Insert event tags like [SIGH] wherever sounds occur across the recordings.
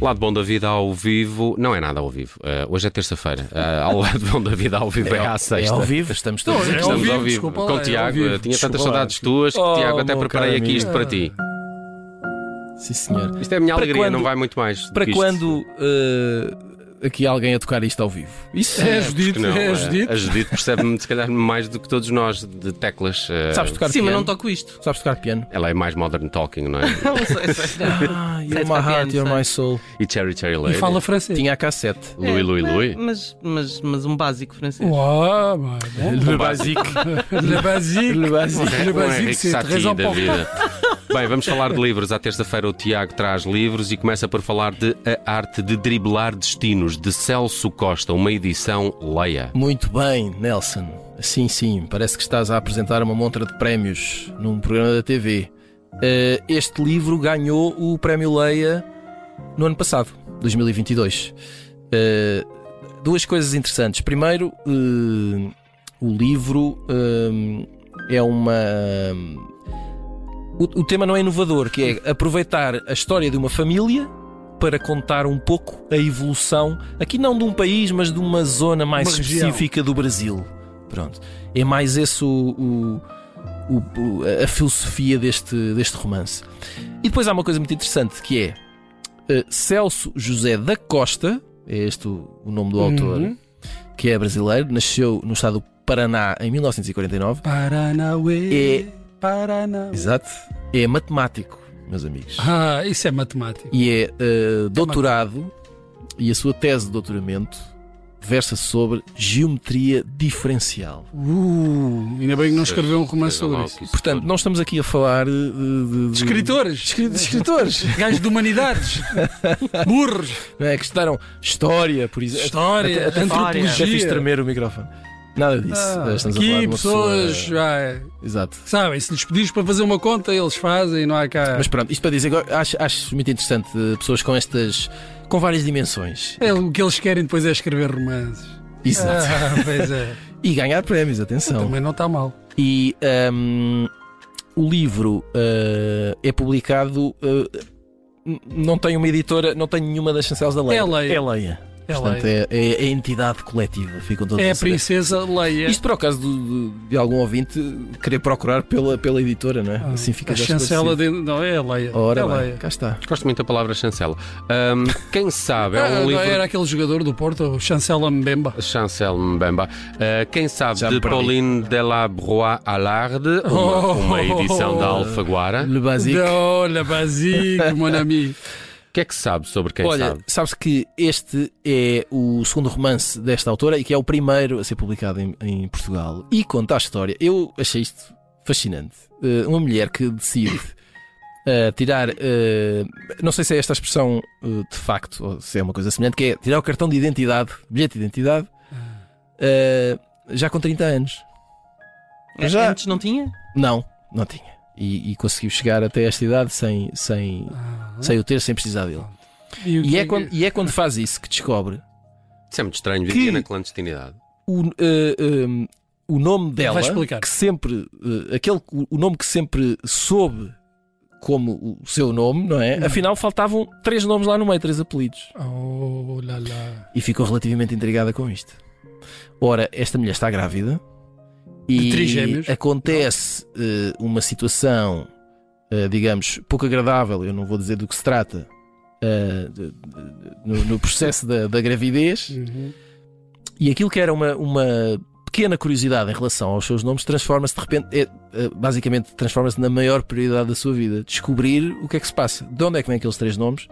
Lado Bom da Vida ao vivo, não é nada ao vivo. Eh, hoje é terça-feira. Eh, ao Lado Bom da Vida ao vivo é, à sexta. É ao vivo. Estamos todos Não, aqui. é ao Estamos vivo, ao vivo desculpa lá, com é o ao Tiago. vivo. eh, Tinha Desculpa tantas lá, saudades desculpa. tuas que Oh, Tiago até meu preparei caro aqui isto para amigo. ti. Sim, senhor. Isto é a minha Para alegria, quando- não vai muito mais. do Para que isto. [LAUGHS] quando eh, aqui alguém a tocar isto ao vivo? Isso É a é. Judite, Não, é a eh, Judite. a Judite percebe-me, se calhar, mais do que todos nós de teclas. eh, Sabes tocar Sim, mas piano? não toco isto. [LAUGHS] Sabes tocar piano? Ela é mais modern talking, não é? [LAUGHS] Não sei, sei. Ah, you're tocar my heart, piano, you're sei. my soul. E Cherry Cherry E Lady. fala francês. Tinha a cassete. Louis, Louis, É, Louis. Mas, mas, mas um básico francês. Ouah, bah, bon. Le basique. Le basique. [LAUGHS] Le basique. Le Um basique, Henrique c'est très Satie da important. vida. [LAUGHS] Bem, vamos falar de livros. À terça-feira o Tiago traz livros e começa por falar de A Arte de Driblar Destinos, de Celso Costa, uma edição leia. Muito bem, Nelson. Sim, sim, parece que estás a apresentar uma montra de prémios num programa da TV. Eh, este livro ganhou o Prémio Leia no ano passado, 2022. Eh, duas coisas interessantes. Primeiro, eh, o livro eh, é uma. O, o tema não é inovador, que é aproveitar a história de uma família para contar um pouco a evolução, aqui não de um país, mas de uma zona mais Uma região. específica do Brasil. Pronto. É mais esse o- o- o- o- a filosofia deste, deste romance. E depois há uma coisa muito interessante que é eh, Celso José da Costa, é este o, o nome do autor, Uhum. que é brasileiro, nasceu no estado do Paraná em 1949. Paranauê. É- Paranauê. Exato. É matemático, meus amigos. Ah, isso é matemática. E é eh, doutorado, e a sua tese de doutoramento versa sobre geometria diferencial. Uh, ainda bem que não escreveu um romance Seja lá sobre o isso. que isso Portanto, não estamos aqui a falar eh, de, de- De escritores. De escritores. [LAUGHS] Gajos de humanidades. Burros. Não é? Que estudaram história, por exemplo. História. Até- até- Até fiz antropologia. tremer o microfone. Nada disso. Ah, Estamos a falar de aqui uma pessoas pessoa- já, Exato. sabem, se lhes pedires para fazer uma conta, eles fazem, não há cá. Mas pronto, isto para dizer, agora, acho, acho muito interessante eh, pessoas com estas. com várias dimensões. É, o que eles querem depois é escrever romances. Exato. Então, Ah, [LAUGHS] pois é. E ganhar prémios, atenção. Também não está mal. E hum, o livro eh, é publicado. eh, n- não tem uma editora, não tem nenhuma das chancelas da Leia. É Leia. É Leia. Ela Portanto, é, é, é a entidade coletiva. Ficam todos é a a saber. princesa Leia. Isto para o caso do- de, de algum ouvinte querer procurar pela, pela editora, não é? Ah, assim fica a já chancela esclarecido. de... Não, é a Leia. Ora é bem, Leia. cá está. Gosto muito da palavra chancela. Ahm, quem sabe [LAUGHS] é Ah, um não, livro. Era aquele jogador do Porto, o Chancela Mbemba. Chancel Mbemba. Ah, quem sabe Já me de perdi. Pauline Delabroix Allard, uma, Oh! uma edição da Alfaguara. Le Basique. Da [LAUGHS] Olha, Basique, mon ami. O que é que sabe sobre quem Olha, sabe? sabes que este é o segundo romance desta autora e que é o primeiro a ser publicado em, em Portugal e conta a história. Eu achei isto fascinante. Eh, uma mulher que decide [COUGHS] eh, tirar, eh, não sei se é esta a expressão eh, de facto ou se é uma coisa semelhante, que é tirar o cartão de identidade, bilhete de identidade, Ah. eh, já com 30 anos. É, Já- Antes não tinha? Não, não tinha. E, e conseguiu chegar até esta idade sem, sem, Ah, sem o ter, sem precisar dele. o que E é que- quando, e é quando faz isso que descobre Isso é muito estranho, Que- vivia na clandestinidade. o, eh, eh, o nome dela, Vai explicar. que sempre, eh, aquele, o o nome que sempre soube como o seu nome, não é? Hum. Afinal, faltavam três nomes lá no meio, três apelidos. Oh, lá, lá. E ficou relativamente intrigada com isto. Ora, esta mulher está grávida De e trigêmeos. acontece eh, uma situação, eh, digamos, pouco agradável, eu não vou dizer do que se trata, eh, de- de- de- no, no processo da- da gravidez. Uhum. E aquilo que era uma, uma pequena curiosidade em relação aos seus nomes transforma-se de repente, é, eh, basicamente transforma-se na maior prioridade da sua vida. Descobrir o que é que se passa, de onde é que vêm aqueles três nomes,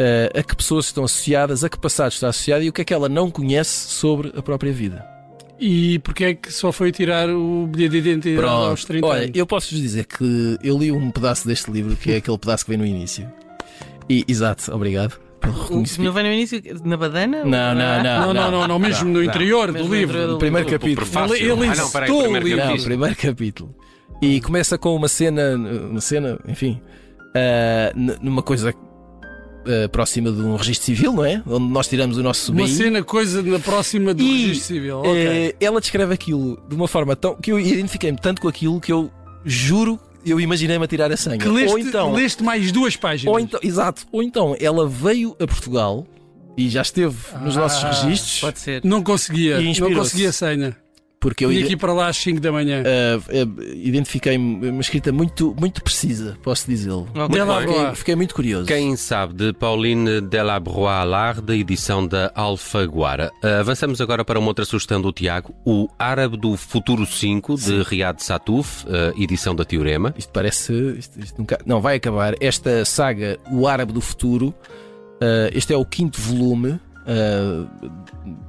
eh, a que pessoas estão associadas, a que passado está associado e o que é que ela não conhece sobre a própria vida. E porquê é que só foi tirar o bilhete de identidade aos 30 Olha, anos? eu posso-vos dizer que eu li um pedaço deste livro, que é aquele pedaço que vem no início. E, exato, obrigado pelo O reconhecimento. meu vem no início, na badana? Não, não, Ah, não. Não, não, não, não, mesmo no interior Mesmo do no livro. interior do Primeiro livro. capítulo. Fácil. Ele- ele ah, não, peraí, incitou É o primeiro livro. Não, capítulo. primeiro capítulo. E começa com uma cena, uma cena, enfim, ah, n- numa coisa ah, próxima de um registro civil, não é? Onde nós tiramos o nosso Uma sobrinho. cena coisa na próxima do E, registro civil. Ah, ok. Ela descreve aquilo de uma forma tão que eu identifiquei-me tanto com aquilo que eu juro eu imaginei-me a tirar a senha. Que leste, ou então, leste mais duas páginas. ou então, exato, ou então ela veio a Portugal e já esteve nos Ah, nossos registros, Pode ser. Não conseguia, E não inspirou-se. conseguia a senha. porque eu Eu ide- ia aqui para lá às 5 da manhã. ah, ah, identifiquei-me uma escrita muito, muito precisa, posso dizê-lo. Ok. Ela- Fiquei- Olá. Fiquei muito curioso. Quem sabe de Pauline Delabroix Allard, da edição da Alfaguara. Ah, Avançamos agora para uma outra sugestão do Tiago, o Árabe do Futuro 5, de Riad Satouf, ah, edição da Teorema. Isto parece. Isto, isto nunca- não, vai acabar. Esta saga, O Árabe do Futuro, ah, este é o quinto volume. ah,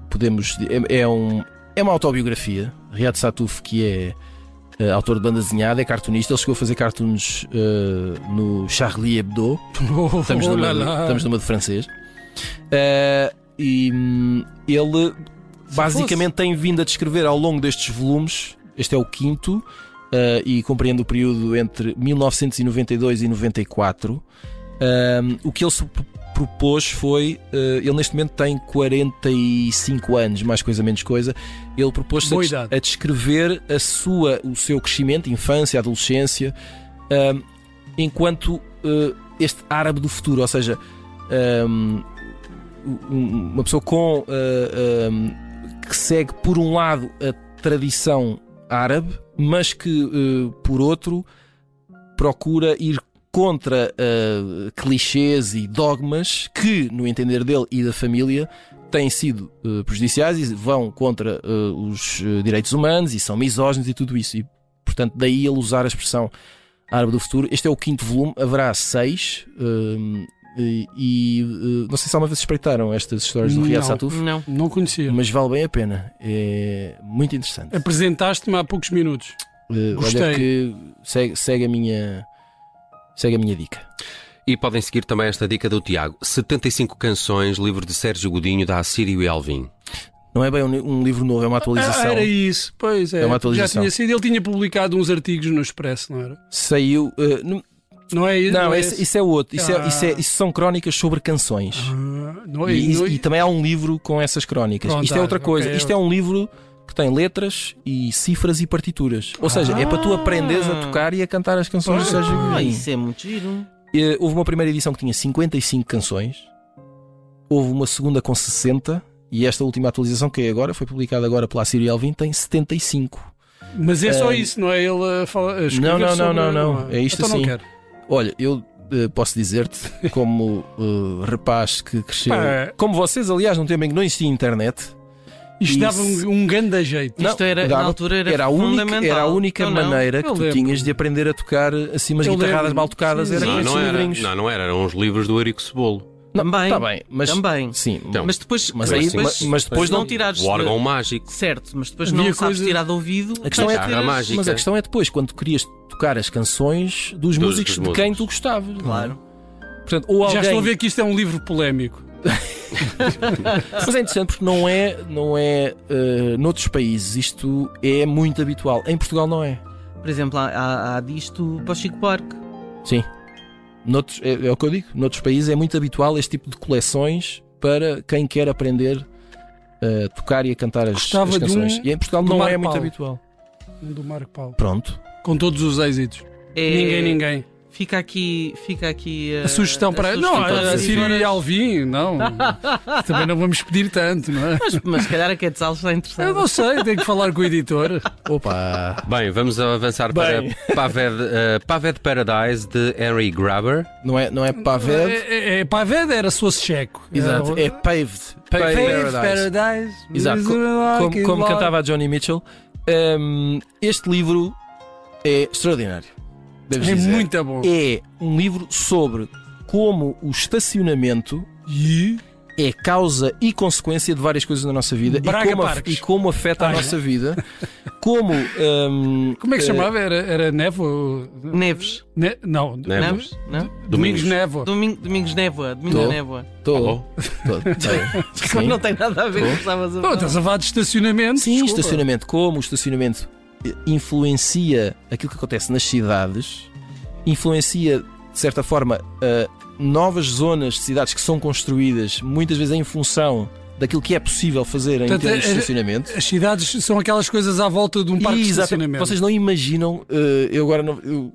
podemos. É, é um, é uma autobiografia. Riad Satouf, que é ah, autor de banda desenhada, é cartunista. Ele chegou a fazer cartoons ah, no Charlie Hebdo. [LAUGHS] Oh, Estamos, oh, numa, lá, lá. estamos numa de francês. Ah, e hum, ele basicamente tem vindo a descrever ao longo destes volumes, este é o quinto, ah, e compreende o período entre 1992 e 94. Ah, o que ele se pro- propôs foi. ah, ele neste momento tem 45 anos, mais coisa menos coisa. Ele propôs-se a, Boa des- idade. a descrever a sua, o seu crescimento, infância, adolescência, ah, enquanto ah, este árabe do futuro, ou seja, hum, um- uma pessoa com ah, hum, que segue por um lado a tradição árabe, mas que eh, por outro procura ir contra eh, clichês e dogmas que, no entender dele e da família, têm sido eh, prejudiciais e vão contra eh, os eh, direitos humanos e são misóginos e tudo isso. E, portanto, daí ele usar a expressão árabe do futuro. Este é o quinto volume, haverá seis. hum, e e, eh, não sei se alguma vez espreitaram estas histórias do Riyad Não. Satuf. Não. Não conhecia. Mas vale bem a pena. É muito interessante. Apresentaste-me há poucos minutos. Eh, gostei. Olha que segue, segue a minha. Segue a minha dica. E podem seguir também esta dica do Tiago, 75 canções, livro de Sérgio Godinho, da Assírio e Alvin. Não é bem um, li- um livro novo, é uma Ah, atualização. era isso, pois é. É uma Já atualização. tinha sido. Ele tinha publicado uns artigos no Expresso, não era? Saiu. eh, não, Não é isso? não, esse- isso é outro. Isso, Ah. é, isso, é- isso são crónicas sobre canções. Ah, não é E, não é- e também há um livro com essas crónicas. Pronto, ah, Isto é outra ok, coisa. eu- Isto é um livro que tem letras e cifras e partituras. Ou seja, é para Ah. tu aprenderes a tocar e a cantar as canções do Sérgio Ah, Godinho. isso é muito giro. Eh, Houve uma primeira edição que tinha 55 canções, houve uma segunda com 60, e esta última atualização que é agora, foi publicada agora pela Siri Alvin, tem 75. Mas é só Ah, isso, não é ele a falar. a escrever não, não, sobre- não, não, há. é isto então assim. Não quero. Olha, eu eh, posso dizer-te, como eh, rapaz que cresceu. Pá. Como vocês, aliás, num tempo em que não existia internet, Isto Isso. dava um, um grande jeito. Não, Isto era, dava- na altura, era, era a única, fundamental. era a única Então, não. maneira que Eu tu lembro. tinhas de aprender a tocar assim umas Eu guitarradas lembro. mal tocadas, Sim, era sim. com não, estes não era, livrinhos. não, não era, eram os livros do Eurico Cebolo. Também. Tá bem, mas. Também. Sim, Então, Mas depois, Mas aí- depois, mas- mas depois não, não- tirares. O órgão de- mágico. Certo, mas depois Havia não sabes coisa- tirar de ouvido. A questão tens é- de ter as- Guitarra mágica. Mas a questão é depois, quando tu querias tocar as canções dos, músicos de músicos. quem tu gostavas. é? Claro. Portanto, ou Já alguém... estou a ver que isto é um livro polémico. Mas é interessante porque não é, não é eh, noutros países, isto é muito habitual. Em Portugal não é. Por exemplo, há, há, há disto para o Chico Parque. Sim. Noutros, é, é o que eu digo. Noutros países é muito habitual este tipo de coleções para quem quer aprender a tocar e a cantar as, Gostava as de um canções. e em Portugal do não é Marco muito Paulo. habitual. Um Do Marco Paulo. Pronto. Com todos os êxitos. É- Ninguém, ninguém. Fica aqui. Fica aqui A sugestão para. não, sugestão para a as Sírio editoras. e Alvim, [LAUGHS] não. Também não vamos pedir tanto, não é? Mas, mas se calhar a Quetzal está Eu interessante. não sei, tenho que falar com o editor. Opa. Bem, vamos avançar Bem. para Paved, eh, Paved Paradise, de Henry Grabber. Não é, não é paved. É, é, é, Paved era Soço Checo. Exato. Era- É paved. Paved Paradise. Paradise. Exato, co- como, como cantava a Johnny Mitchell. hum, este livro é extraordinário. Deves É dizer. muito bom. É um livro sobre como o estacionamento E é causa e consequência de várias coisas na nossa vida Braga e, como af- Parques. e como afeta Ah, a é? nossa vida. Como. hum, como é que se eh, chamava? Era, era Nevo? Neves. Ne- não, Neves. Neves? Não? Domingos. Domingos Nevo. Domingo, Domingos Névoa. Domingo é Tô. Névoa. tô- Alô? tô- tô- [LAUGHS] sim. Não tem nada a ver com o que estavas a Oh, falar. estás a falar de estacionamento? Sim, Desculpa. estacionamento. Como o estacionamento eh, influencia aquilo que acontece nas cidades, influencia, de certa forma, eh, novas zonas de cidades que são construídas, muitas vezes em função daquilo que é possível fazer em Portanto, termos de eh, estacionamento. As cidades são aquelas coisas à volta de um parque E, de exato, estacionamento. Vocês não imaginam, eh, eu agora não. eu-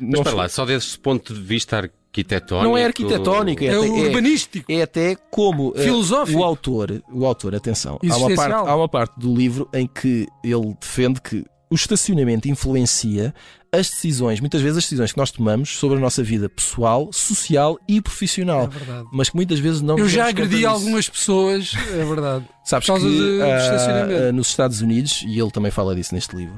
Mas não, espera lá, só desse ponto de vista arquitetónico. não é arquitetónico, é, É até- o é- urbanístico. é até como eh, [LAUGHS] Filosófico. o autor, o autor, atenção, há uma, Existencial. parte, há uma parte do livro em que ele defende que o estacionamento influencia as decisões, muitas vezes as decisões que nós tomamos sobre a nossa vida pessoal, social e É profissional, verdade. mas que muitas vezes não Eu nos já damos conta agredi disso. algumas pessoas, é verdade. Sabes Por causa que, de- do ah, estacionamento. ah, nos Estados Unidos, e ele também fala disso neste livro,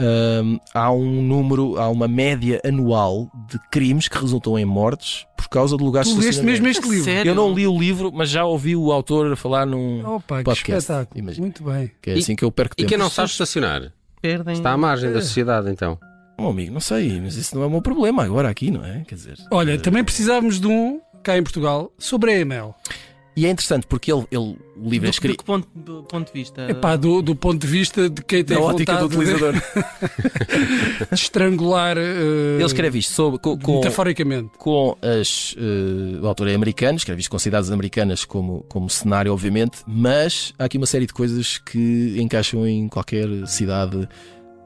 ahm, há um número, há uma média anual de crimes que resultam em mortes por causa de lugares Tu de leste estacionamento. mesmo este livro. Sério? Eu não li o livro, mas já ouvi o autor falar num. Opa, que Podcast, espetáculo. imagina. Muito bem. Que é E- assim que eu perco E tempo. quem não sabe estacionar? Perdem. Está à margem da sociedade, então. Bom, oh, amigo, não sei, mas isso não é o meu problema agora aqui, não é? Quer dizer. Olha, também precisávamos de um, cá em Portugal, sobre a EML. E é interessante porque ele, ele o livro é Do, do escrito. que ponto, do ponto de vista? Epá, do, do ponto de vista de quem tem Na ótica vontade do utilizador. de [LAUGHS] estrangular [LAUGHS] eh, Ele escreve isto sobre, com, com, metaforicamente. com as. eh, o autor é americano, escreve isto com cidades americanas como, como cenário, obviamente, mas há aqui uma série de coisas que encaixam em qualquer cidade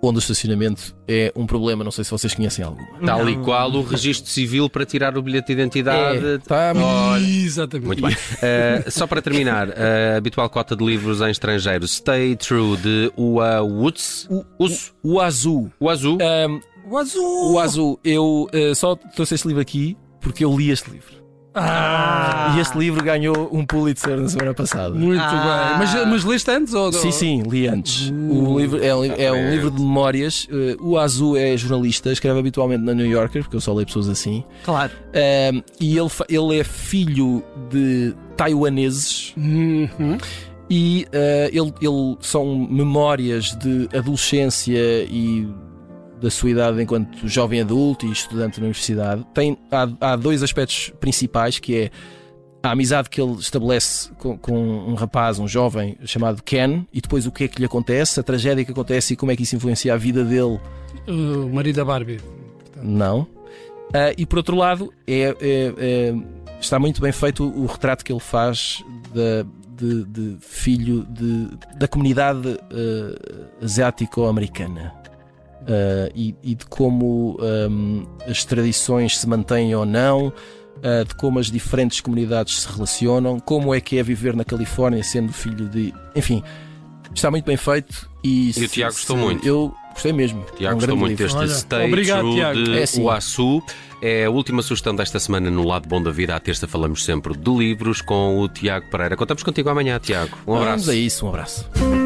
onde o estacionamento é um problema. Não sei se vocês conhecem alguma. Tal e Não. qual o registro civil para tirar o bilhete de identidade. É, tá- Exatamente. Muito [LAUGHS] bem. Eh, só para terminar, a habitual cota de livros em estrangeiro: Stay True de Ua Woods. Uso. O azul. O azul. Ahm, O azul! o azul, eu eh, só trouxe este livro aqui porque eu li este livro. Ah, E este livro ganhou um Pulitzer na semana passada. Muito Ah. bem. Mas, mas leste antes? Ou, Sim, sim, li antes. Uh. O livro é um, li- é um Ah, livro de memórias. Eh, O Azul é jornalista, escreve habitualmente na New Yorker, porque eu só leio pessoas assim. Claro. Ahm, e ele, fa- ele é filho de taiwaneses Uhum. e eh, ele, ele- são memórias de adolescência e da sua idade enquanto jovem adulto e estudante na universidade. Tem, há, há dois aspectos principais que é a amizade que ele estabelece com, com um rapaz, um jovem chamado Ken, e depois o que é que lhe acontece, a tragédia que acontece e como é que isso influencia a vida dele. O marido da Barbie. Não. Ah, e por outro lado, é- é- é- está muito bem feito o retrato que ele faz da- de, de filho de- da comunidade ah, asiático-americana. Ah, e, e de como ahm, as tradições se mantêm ou não, ah, de como as diferentes comunidades se relacionam, como é que é viver na Califórnia sendo filho de. Enfim, está muito bem feito. E, E o se- Tiago gostou se- muito. Eu gostei mesmo. Tiago é um gostou grande muito livro. deste Olha, Stay obrigado, True Tiago. de É assim. Uaçu. É a última sugestão desta semana no Lado Bom da Vida. À terça falamos sempre de livros com o Tiago Pereira. Contamos contigo amanhã, Tiago. Um abraço. Vamos a isso, um abraço.